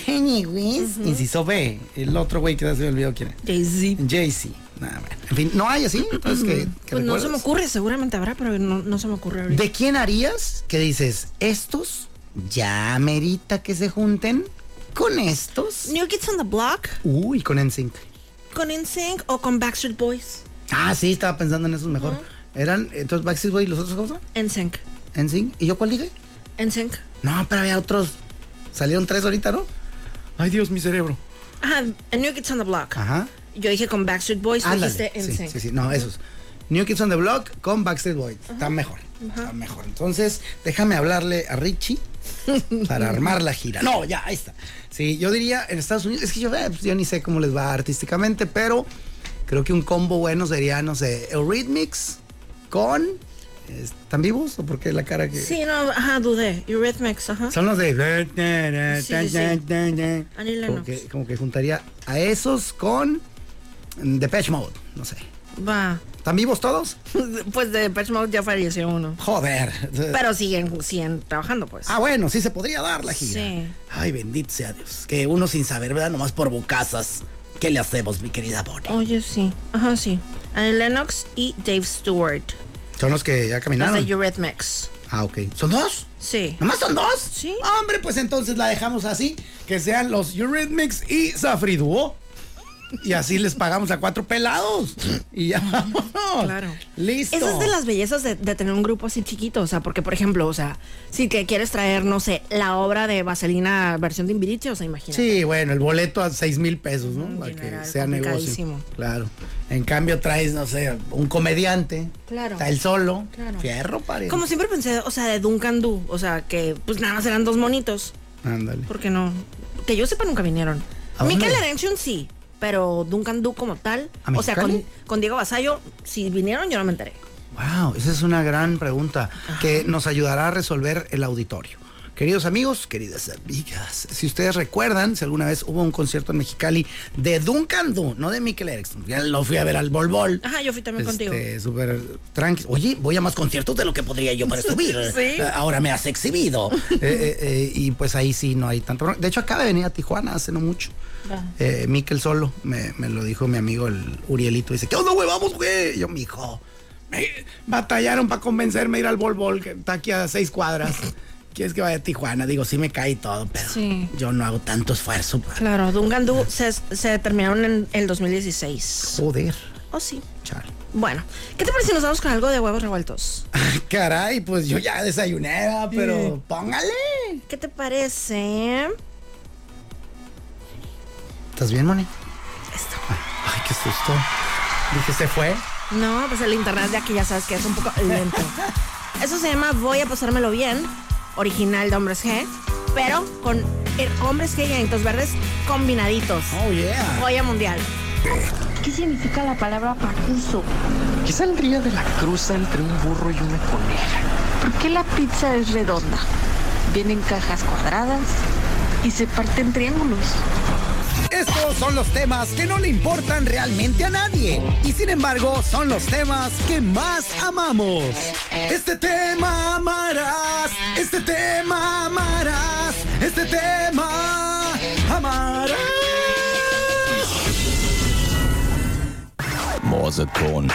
Kanye West. Inciso B. El otro güey que ya se me olvidó quién es. Jay-Z. Jay-Z. Nah, bueno. En fin, no hay así. Entonces, ¿qué- qué Pues no se me recuerdas? ocurre, seguramente habrá, pero no, no se me ocurre ahorita. ¿De quién harías que dices, estos ya merita que se junten con estos? New Kids on the Block, Uy, con NSYNC. con NSYNC o con Backstreet Boys. Ah, sí, estaba pensando en esos mejor. Eran, entonces, Backstreet Boy y los otros, ¿cómo se llama? NSYNC. NSYNC. ¿Y yo cuál dije? NSYNC. No, pero había otros. Salieron tres ahorita, ¿no? Ay, Dios, mi cerebro. Ajá, New Kids on the Block. Ajá. Yo dije con Backstreet Boys, tú Ah. Ándale. dijiste Sí, NSYNC. sí, sí. No, esos. New Kids on the Block con Backstreet Boys. Está mejor. Está mejor. Entonces, déjame hablarle <laughs> a Richie para armar la gira. No, ya, ahí está. Sí, yo diría en Estados Unidos. Es que yo, eh, pues, yo ni sé cómo les va artísticamente, pero creo que un combo bueno sería, no sé, Eurythmics con. este, ¿Están vivos? ¿O por qué la cara que.? Sí, no, ajá, dudé. Eurythmics, ajá. Son los Sí, sí, Ah, de. Annie Como Lennox. que, como que juntaría a esos con Depeche Mode, no sé. Va. ¿Están vivos todos? <laughs> Pues de Depeche Mode ya falleció uno. Joder. Pero siguen, siguen trabajando, pues. Ah, bueno, sí se podría dar la gira. Sí. Ay, bendito sea Dios. Que uno sin saber, ¿verdad? Nomás por bocazas. ¿Qué le hacemos, mi querida Bonnie? Oye, sí. Ajá, sí. Annie Lennox y Dave Stewart. Son los que ya Los caminaron. de Eurythmics. Ah, ok. ¿Son dos? Sí. ¿Nomás son dos? Sí. Hombre, pues entonces la dejamos así, que sean los Eurythmics y Safri Duo. Y así les pagamos a cuatro pelados. Y ya <laughs> vámonos. Claro. Listo. Esa es de las bellezas de, de tener un grupo así chiquito, o sea, porque por ejemplo, o sea, si te quieres traer, no sé, la obra de Vaselina versión de Inviriche, o sea, imagínate. Sí, bueno, el boleto a seis mil pesos, ¿no? Para que Mm, general, sea negocio. complicadísimo. Claro. En cambio traes, no sé, un comediante. Claro. Está el solo. Claro. Fierro, pare. Como siempre pensé, o sea, de Duncan Du, o sea, que pues nada más eran dos monitos, Ándale. porque no, que yo sepa nunca vinieron. ¿A dónde? Michael Erention sí, pero Duncan Du como tal, ¿A o sea, con, Mexicali? con Diego Basayo, si vinieron yo no me enteré. Wow, esa es una gran pregunta que nos ayudará a resolver el auditorio. Queridos amigos, queridas amigas, si ustedes recuerdan, si alguna vez hubo un concierto en Mexicali de Duncan Du, no de Mikel Erickson, ya lo fui a ver al Bol Bol. Ajá, yo fui también contigo. Este, súper tranqui. Oye, voy a más conciertos de lo que podría yo para subir. <laughs> Sí. Eh, Ahora me has <laughs> exhibido. Eh, eh, eh, y pues ahí sí no hay tanto. De hecho, acaba de venir a Tijuana hace no mucho. Va. Eh, Miquel solo me, me lo dijo mi amigo el Urielito. Dice, ¿qué onda, güey? Vamos, güey. Y Yo, mijo, me batallaron para convencerme a ir al Bol Bol, que está aquí a seis <laughs> cuadras. ¿Quieres que vaya a Tijuana? Digo, sí me cae y todo, pero Sí. yo no hago tanto esfuerzo. para- Claro, Duncan Du se, se terminaron en el 2016. Joder, Oh, sí. chale. Bueno, ¿qué te parece si nos vamos con algo de huevos revueltos? Caray, pues yo ya desayuné, ¿verdad? pero póngale. ¿Qué te parece? ¿Estás bien, Moni? Esto. Ay, qué susto. Dije, ¿se fue? No, pues el internet de aquí ya sabes que es un poco lento. Eso se llama Voy a pasármelo bien, original de Hombres G, pero con el Hombres G y Anitos Verdes combinaditos. Oh, yeah. Voy a mundial. ¿Qué significa la palabra pacuso? ¿Qué saldría de la cruza entre un burro y una coneja? ¿Por qué la pizza es redonda? Viene en cajas cuadradas y se parte en triángulos. Estos son los temas que no le importan realmente a nadie. Y sin embargo, son los temas que más amamos. Este tema amarás. Este tema amarás. Este tema amarás. Morsecon.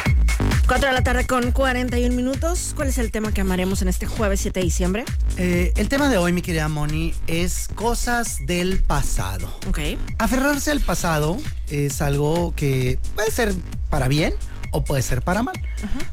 4 de la tarde con 41 minutos. ¿Cuál es el tema que amaremos en este jueves 7 de diciembre? Eh, el tema de hoy, mi querida Moni, es cosas del pasado. Ok. Aferrarse al pasado es algo que puede ser para bien o puede ser para mal.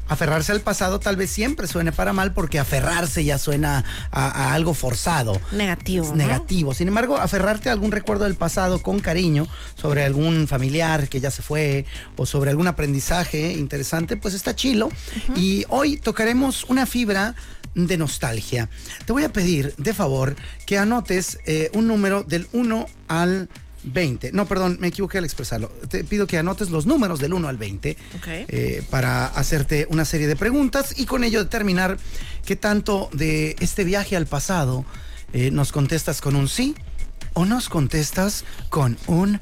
Aferrarse al pasado tal vez siempre suene para mal porque aferrarse ya suena a, a algo forzado. Negativo. Es ¿no? negativo. Sin embargo, aferrarte a algún recuerdo del pasado con cariño sobre algún familiar que ya se fue o sobre algún aprendizaje interesante, pues está chilo. Y hoy tocaremos una fibra de nostalgia. Te voy a pedir, de favor, que anotes eh, un número del 1 al 20. No, perdón, me equivoqué al expresarlo. Te pido que anotes los números del 1 al 20 Ok. eh, para hacerte una serie de preguntas y con ello determinar qué tanto de este viaje al pasado eh, nos contestas con un sí o nos contestas con un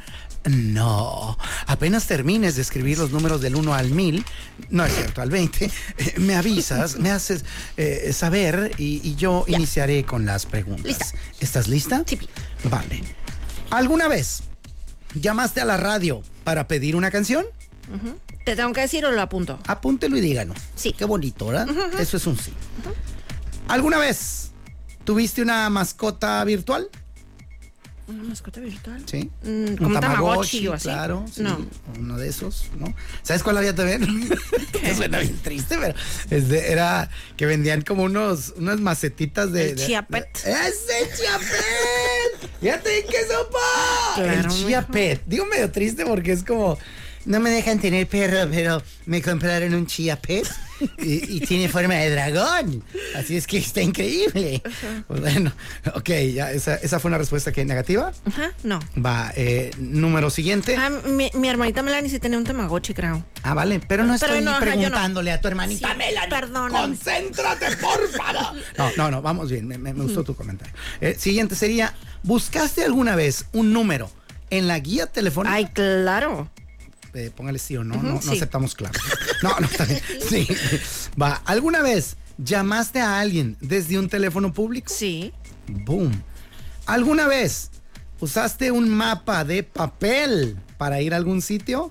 no. Apenas termines de escribir los números del 1 al 1000, no es cierto, al 20, eh, me avisas, me haces eh, saber y, y yo Ya. iniciaré con las preguntas. Lista. ¿Estás lista? Sí. Vale. ¿Alguna vez llamaste a la radio para pedir una canción? ¿Te tengo que decir o lo apunto? Apúntelo y díganos. Sí. Qué bonito, ¿verdad? Eso es un sí. ¿Alguna vez tuviste una mascota virtual? ¿Una mascota virtual? Sí. Mm, como un Tamagotchi o así. Claro, sí, No. Uno de esos, ¿no? ¿Sabes cuál había también? <laughs> Que suena bien triste, pero este, era que vendían como unos, unas macetitas de. El de- Chiapet. de- ¡Ese Chiapet! <laughs> ¡Ya te que sopa! Claro, el mijo. Chiapet. Digo medio triste porque es como. No me dejan tener perro, pero me compraron un Chiapet. <laughs> Y, y tiene forma de dragón. Así es que está increíble. Pues Bueno, <laughs> ok, ya, esa, esa fue una respuesta que negativa. Ajá, no. Va, eh, número siguiente. Ah, mi, mi hermanita Melanie sí tenía un Tamagotchi, creo. Ah, vale, pero no Pero estoy no, ajá, yo no. preguntándole a tu hermanita Sí, Melanie. perdóname. ¡Concéntrate, por favor! No, no, no, vamos bien, me, me- me gustó tu comentario. Eh, siguiente sería, ¿buscaste alguna vez un número en la guía telefónica? Ay, claro. eh, póngale sí o no, no, no sí. aceptamos claro. No, no, está bien. Sí. Va, ¿alguna vez llamaste a alguien desde un teléfono público? Sí. Boom. ¿Alguna vez usaste un mapa de papel para ir a algún sitio?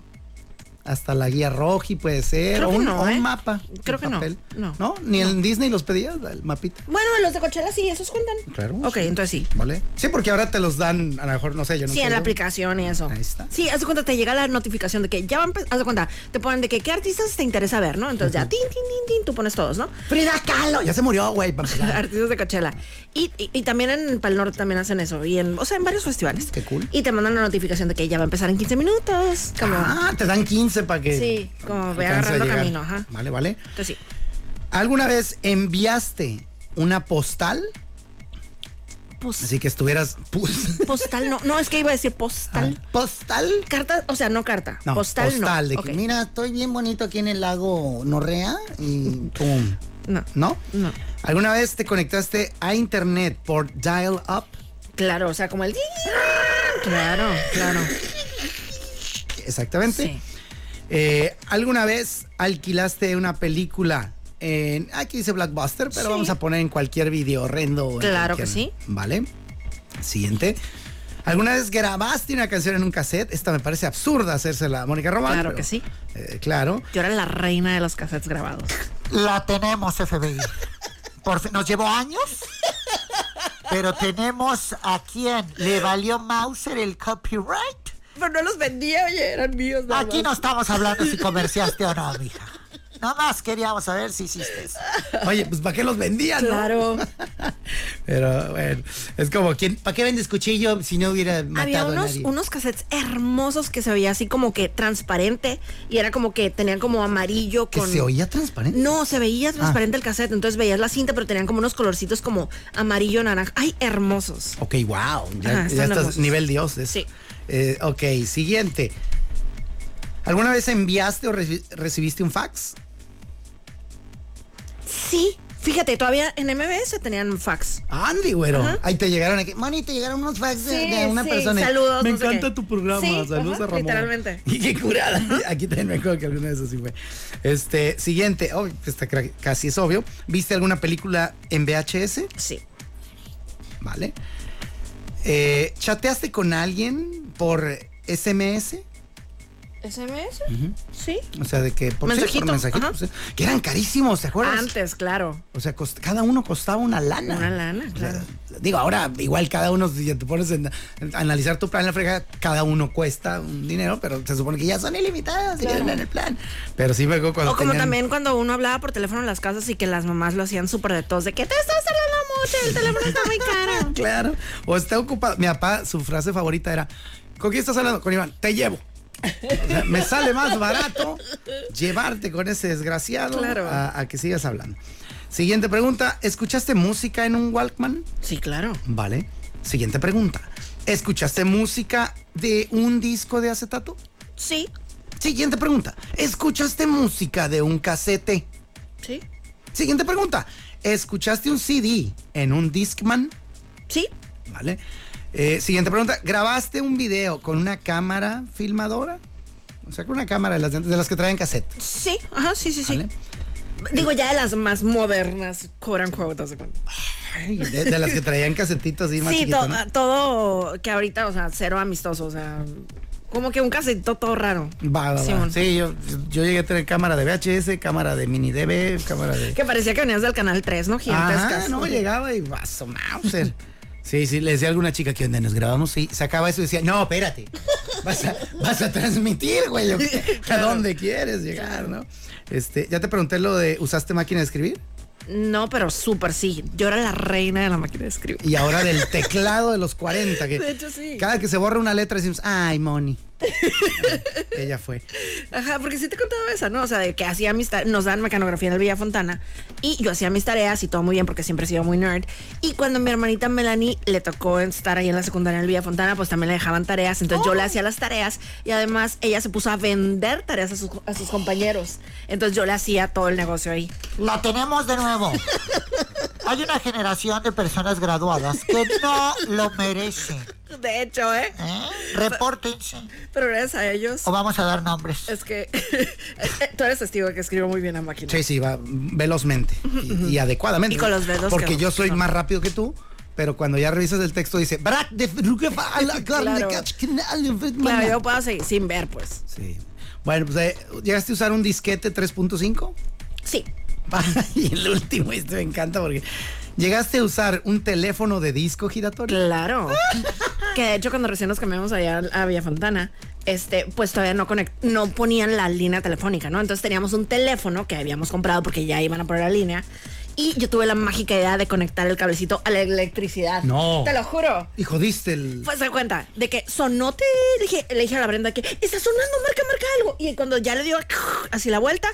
Hasta la guía roji puede ser. Creo o que un, no, o un ¿eh? mapa. Creo de que no, papel. no. Ni en Disney los pedías, el mapita. Bueno, los de Coachella sí, esos cuentan. Claro. Ok, entonces sí. ¿Vale? Sí, porque ahora te los dan, a lo mejor, no sé, yo no Sí, sé, en la yo- aplicación y eso. Ahí está. Sí, haz de cuenta, te llega la notificación de que ya van, haz de cuenta, te ponen de que qué artistas te interesa ver, ¿no? Entonces ya, tin, tin, tin, tin, tú pones todos, ¿no? Frida Kahlo. Ya se murió, güey. para empezar. <laughs> Artistas de Coachella. Y, y, y también en Pal Norte también hacen eso. Y en, o sea, en varios festivales. Qué cool. Y te mandan la notificación de que ya va a empezar en 15 minutos. Como, Ah, te dan 15 para que. Sí, como ve alcance a agarrando llegar. camino, ajá. Vale, vale. Entonces sí. ¿Alguna vez enviaste una postal? Pos- Así que estuvieras. pus- Postal no. No, es que iba a decir postal. <laughs> ¿Postal? Carta, o sea, no carta. No, postal, postal, no. de que Ok. Mira, estoy bien bonito aquí en el lago Norrea y pum. No. ¿No? No. ¿Alguna vez te conectaste a internet por dial-up? Claro, o sea, como el. Claro, claro. Exactamente. Sí. Eh, ¿Alguna vez alquilaste una película? En, ah, aquí dice Blockbuster, pero Sí. vamos a poner en cualquier video horrendo. o en Claro que cualquier- sí. Vale. Siguiente. ¿Alguna vez grabaste una canción en un cassette? Esta me parece absurda hacérsela a Mónica Román. Claro pero, que sí. eh, <laughs> claro. Yo era la reina de los cassettes grabados. La tenemos, FBI. Por fin- nos llevó años. Pero tenemos a quien le valió Mauser el copyright. Pero no los vendía, oye, eran míos. nada Aquí no más. estamos hablando si comerciaste o no, mija. Nada más queríamos saber si hiciste eso. Oye, pues ¿para qué los vendían? no? Claro. Pero bueno, es como, ¿quién, ¿para qué vendes cuchillo si no hubiera matado Había a unos, nadie? unos cassettes hermosos que se veía así como que transparente y era como que tenían como amarillo Que con. se oía Ah. transparente. No, se veía transparente el cassette, entonces veías la cinta, pero tenían como unos colorcitos como amarillo, naranja. ¡Ay, hermosos! Ok, wow. Ya, Ajá, ya están estás hermosos. nivel dios. de eso. Sí. Eh, ok, siguiente. ¿Alguna vez enviaste o reci- recibiste un fax? Sí, fíjate, todavía en MBS tenían fax. Andy, güero. Ajá. Ahí te llegaron aquí. Moni, te llegaron unos fax <laughs> de, de una persona. Saludos. Me no sé encanta qué. tu programa. Sí, saludos ajá, a Ramón. Literalmente. Y qué curada. Aquí también me acuerdo que alguna vez así fue. Este, siguiente. Oh, esta cra- casi es obvio. ¿Viste alguna película en VHS? Sí. Vale. Eh, ¿Chateaste con alguien por SMS? ¿SMS? Sí. O sea, de que por, Mensajito, por mensajito, ajá. pues, eh, que eran carísimos, ¿te acuerdas? Antes, claro. O sea, cost- cada uno costaba una lana. Una lana, O sea, claro. digo, ahora igual cada uno, si te pones en- en analizar tu plan en la frega, cada uno cuesta un dinero, pero se supone que ya son ilimitadas y vienen en el plan. Pero sí me acuerdo cuando O como tenían- también cuando uno hablaba por teléfono en las casas y que las mamás lo hacían súper de tos, de que te estás tardando mucho, el teléfono está muy <laughs> caro. Claro. O está ocupado. Mi papá, su frase favorita era: ¿Con quién estás hablando? Con Iván, te llevo. O sea, me sale más barato llevarte con ese desgraciado Claro. a, a que sigas hablando. Siguiente pregunta: ¿Escuchaste música en un Walkman? Sí, claro. Vale. Siguiente pregunta: ¿Escuchaste música de un disco de acetato? Sí. Siguiente pregunta: ¿Escuchaste música de un casete? Sí. Siguiente pregunta: ¿Escuchaste un CD en un Discman? Sí. Vale. Eh, siguiente pregunta. ¿Grabaste un video con una cámara filmadora? O sea, con una cámara de las, de las que traen cassette. Sí. Ajá, sí, sí, sí. ¿Vale? Digo, ya de las más modernas, quote unquote, haz de cuenta. Ay, De, de las que traían casetitos y más Sí, chiquito, to- ah, ¿no? todo que ahorita, o sea, cero amistoso, o sea, como que un casetito todo raro. Va, va, va. Simón. Sí, yo, yo llegué a tener cámara de VHS, cámara de mini DV, cámara de... Que parecía que venías del canal 3, ¿no? Ah, Gigantescas. no, llegaba y vaso Mauser. Sí, sí, le decía a alguna chica que onda, nos grabamos y sacaba eso y decía, no, espérate, vas a, vas a transmitir, <laughs> güey, ¿o qué? a dónde quieres llegar, ¿no? Este, ya te pregunté lo de, ¿usaste máquina de escribir? No, pero súper sí. Yo era la reina de la máquina de escribir. Y ahora del teclado de los 40. Que De hecho, sí. Cada que se borra una letra decimos, ay, Moni. Ella fue. Ajá, porque sí te contaba esa, ¿no? O sea, de que hacía mis tareas, nos dan mecanografía en el Villa Fontana y yo hacía mis tareas y todo muy bien porque siempre he sido muy nerd. Y cuando mi hermanita Melanie le tocó estar ahí en la secundaria en el Villa Fontana, pues también le dejaban tareas, entonces yo le hacía las tareas y además ella se puso a vender tareas a sus, a sus compañeros. Entonces yo le hacía todo el negocio ahí. La tenemos de nuevo. Hay una generación de personas graduadas que no lo merecen. De hecho, ¿eh? ¿eh? Repórtense. Pero gracias a ellos. O vamos a dar nombres. Es que <laughs> eh, tú eres testigo que escribo muy bien a máquina. Sí, sí, va velozmente y, y adecuadamente. Y con los dedos Porque que- yo soy que son. más rápido que tú, pero cuando ya revisas el texto dice, "Brac de fruque fa <laughs> a la carne Claro. cach que na- le fe- Claro, mana". yo puedo seguir sin ver, pues. Sí. Bueno, pues eh, llegaste a usar un disquete 3.5 Sí. <laughs> y el último este me encanta porque llegaste a usar un teléfono de disco giratorio. Claro. que de hecho, cuando recién nos cambiamos allá a Villa Fontana, este, pues todavía no conect- no ponían la línea telefónica, ¿no? Entonces teníamos un teléfono que habíamos comprado porque ya iban a poner la línea. Y yo tuve la mágica idea de conectar el cablecito a la electricidad. No. Te lo juro. Y jodiste el Pues se cuenta de que sonote, le dije, le dije a la Brenda que está sonando, marca, marca algo. Y cuando ya le dio así la vuelta,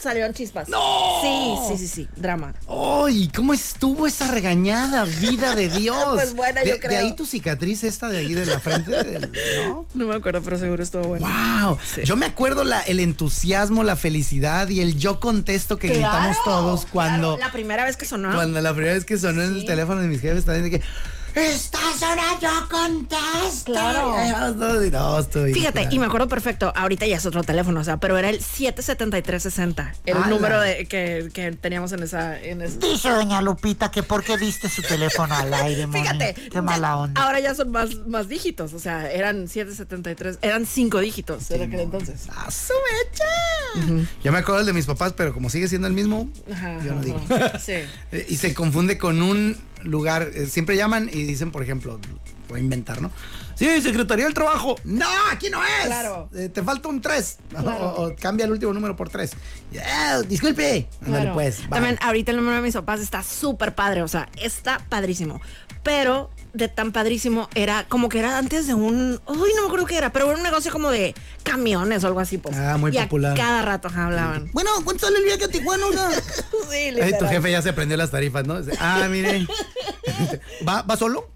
salieron chispas. ¡No! Sí, sí, sí, sí, drama. ¡Ay! ¿Cómo estuvo esa regañada <laughs> vida de Dios? Pues buena, de, yo de creo. ahí tu cicatriz esta de ahí de la frente, del- ¿no? No me acuerdo, pero seguro estuvo bueno. ¡Wow! Yo me acuerdo la, el entusiasmo, la felicidad y el yo contesto que gritamos todos cuando, la primera vez que sonó. cuando la primera vez que sonó en el teléfono de mis jefes también de que Estás ahora yo contesto. "Ay, vamos todos", y no, estoy Fíjate, claro. y me acuerdo perfecto, ahorita ya es otro teléfono, o sea, pero era el 77360, el ¡Hala! número de- que, que teníamos en esa... En esa- Dice doña Lupita que por qué diste su teléfono al aire, Moni. Fíjate, Qué mala onda. ahora ya son más, más dígitos, o sea, eran 773, eran 5 dígitos en aquel entonces. ¡Ah, su mecha! Yo me acuerdo el de mis papás, pero como sigue siendo el mismo, Ajá, yo no ajá, digo. ajá. Sí. Eh, Y se confunde con un lugar. eh, Siempre llaman y dicen, por ejemplo, voy a inventar, ¿no? Sí, Secretaría del Trabajo. No, aquí no es. Claro. Eh, te falta un 3. <laughs> O, o cambia el último número por 3. disculpe. Ándale, Claro. pues. va. También ah, ahorita el número de mis papás está súper padre, o sea, está padrísimo. Pero de tan padrísimo era como que era antes de un, uy, no me acuerdo qué era, pero era un negocio como de camiones o algo así, pues. Ah, muy Y a popular. cada rato ajá, hablaban. Bueno, ¿cuánto sale el viaje a <laughs> Tijuana? oiga? Sí, Ay, literal. tu jefe ya se aprendió las tarifas, ¿no? Dice, Ah, <laughs> mire. <laughs> ¿Va, va solo?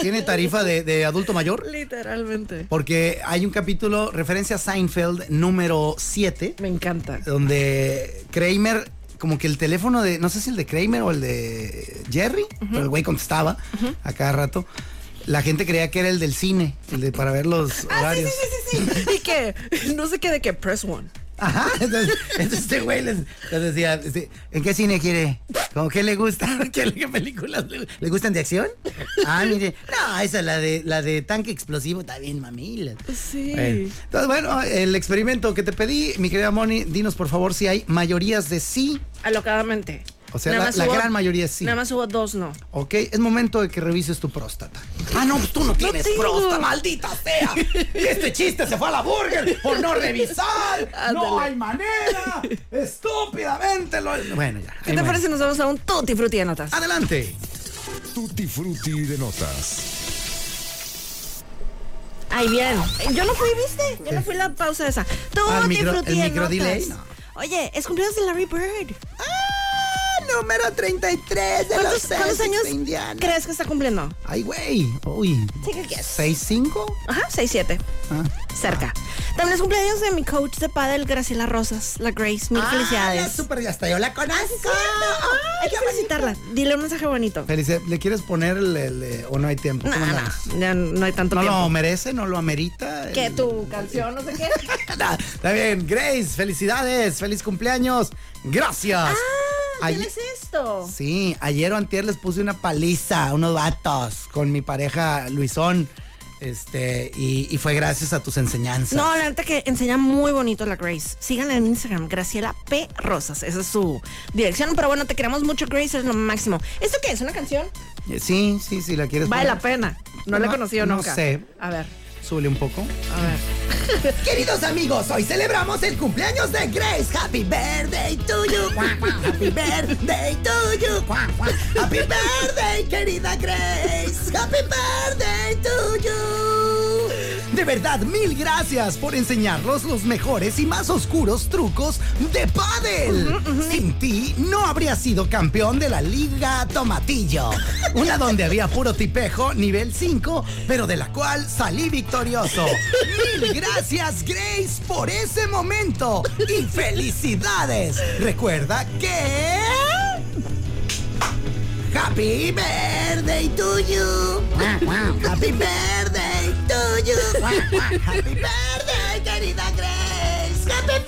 ¿Tiene tarifa de, de adulto mayor? Literalmente. Porque hay un capítulo, referencia a Seinfeld, número 7. Me encanta. donde Kramer, como que el teléfono de, no sé si el de Kramer o el de Jerry, pero el güey contestaba a cada rato. La gente creía que era el del cine, el de para ver los Ah, sí, horarios. sí, <laughs> sí, sí, sí. y que no sé qué de que press one. Ajá, entonces, entonces este güey les, les decía, este, ¿en qué cine quiere? ¿Con qué le gusta? <laughs> ¿Qué, qué películas le, le gustan de acción? Ah, mire, no, esa la de la de tanque explosivo está bien mamila. Sí. Bueno, entonces, bueno, el experimento que te pedí, mi querida Moni, dinos por favor si hay mayorías de sí Alocadamente. O sea, la- más la gran mayoría sí. Nada más hubo dos no. Ok, es momento de que revises tu próstata. Ah, no, pues tú no tienes tengo. próstata, maldita sea. Este chiste se fue a la burger por no revisar. Ándale. No hay manera. Estúpidamente lo. Bueno, ya. ¿Qué ahí te muere. parece si nos vamos a un tutti frutti de notas? Adelante. Tutti frutti de notas. Ay, bien. Yo no fui, ¿viste? Yo no fui la pausa esa. Tú Ah, el te micro- frutti el de micro notas. delay, no. Oye, es cumpleaños de Larry Bird. Ah, Número 33 de ¿Cuántos, cuántos años Indiana. crees que está cumpliendo? Ay, güey. Uy. Take a guess. ¿6-5? Ajá, 6-7. Ah. Cerca. También es cumpleaños de mi coach de pádel, Graciela Rosas, la Grace. Mil Ah, felicidades. Ah, súper, ya está. Yo la conozco. Hay que felicitarla. Dile un mensaje bonito. Felice, ¿le quieres poner el, el, eh, o no hay tiempo? No, ¿Cómo no, andamos? ya no hay tanto No lo tiempo. merece, no lo amerita. Que el- <laughs> tu canción, no sé qué. Nah, Está bien, Grace, felicidades, feliz cumpleaños, gracias. Ah, ¿Quién Ayer- es esto? Sí, ayer o antier les puse una paliza a unos vatos con mi pareja Luisón. Este, y, y fue gracias a tus enseñanzas. No, la neta que enseña muy bonito la Grace. Síganla en Instagram, Graciela P. Rosas. Esa es su dirección. Pero bueno, te queremos mucho, Grace. Es lo máximo. ¿Esto qué es? ¿Una canción? Sí, sí, sí, la quieres. Vale poner. la pena. No, la he No, conocido no nunca. sé. A ver, Súbele un poco. a ver. Queridos amigos, hoy celebramos el cumpleaños de Grace. Happy birthday to you. Guau, guau. Happy birthday to you. Guau, guau. Happy birthday, querida Grace. Happy birthday to you. De verdad, mil gracias por enseñarnos los mejores y más oscuros trucos de pádel. Sin ti no habría sido campeón de la Liga Tomatillo, una donde había puro tipejo nivel 5, pero de la cual salí victorioso. Mil gracias, Grace, por ese momento y felicidades. Recuerda que Happy birthday to you. Happy birthday to you. Happy birthday, querida Grace. Happy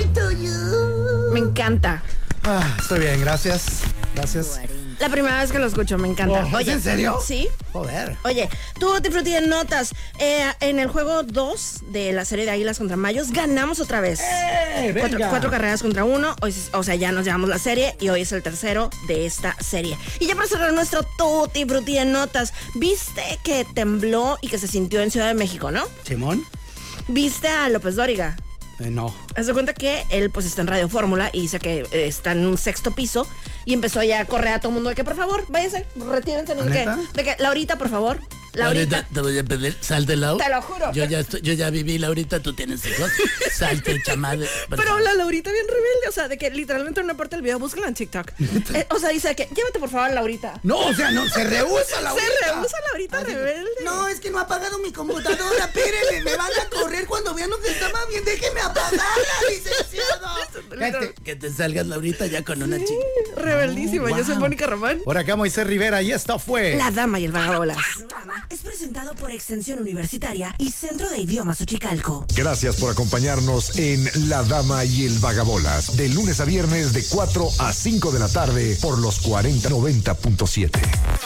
birthday to you. Me encanta. Ah, estoy bien, gracias. Gracias. La primera vez que lo escucho, me encanta. Oh, ¿es en serio? Sí. Joder. Oye, tuvo Tutti en notas. Eh, en el juego 2 de la serie de Águilas contra Mayos, ganamos otra vez. ¡Eh! Eh, Cuatro, cuatro carreras contra uno. Hoy es- o sea, ya nos llevamos la serie y hoy es el tercero de esta serie. Y ya para cerrar nuestro Tutti Frutti en notas, viste que tembló y que se sintió en Ciudad de México, ¿no? ¿Chimón? Viste a López Dóriga. Eh, no. Haz de cuenta que él pues está en Radio Fórmula y dice que eh, está en un sexto piso y empezó ya a correr a todo el mundo de que por favor, váyase, retírense, no sé qué. ¿Ah, ¿Neta? De que, Laurita, por favor, Laurita. te voy a pedir, sal del lado. Te lo juro. Yo ya, estoy, yo ya viví, Laurita, tú tienes hijos. Salte, chamada. Pero la Laurita bien rebelde, o sea, de que literalmente en una parte del video búscala en TikTok. Eh, o sea, dice que llévate por favor a Laurita. No, o sea, no, se rehúsa la Se rehúsa Laurita rebelde. No, es que no ha apagado mi computadora. Espérenme, me van a correr cuando vean lo que está más bien. Déjeme apagarla, <laughs> licenciado. Cállate. Que te salgas, Laurita, ya con una chica. Rebeldísima, yo soy Mónica Román. Por acá Moisés Rivera y esta fue... La dama y el vagabolas. programa es presentado por Extensión Universitaria y Centro de Idiomas Uchicalco. Gracias por acompañarnos en La Dama y el Vagabolas, de lunes a viernes de 4 a 5 de la tarde por los 4090.7.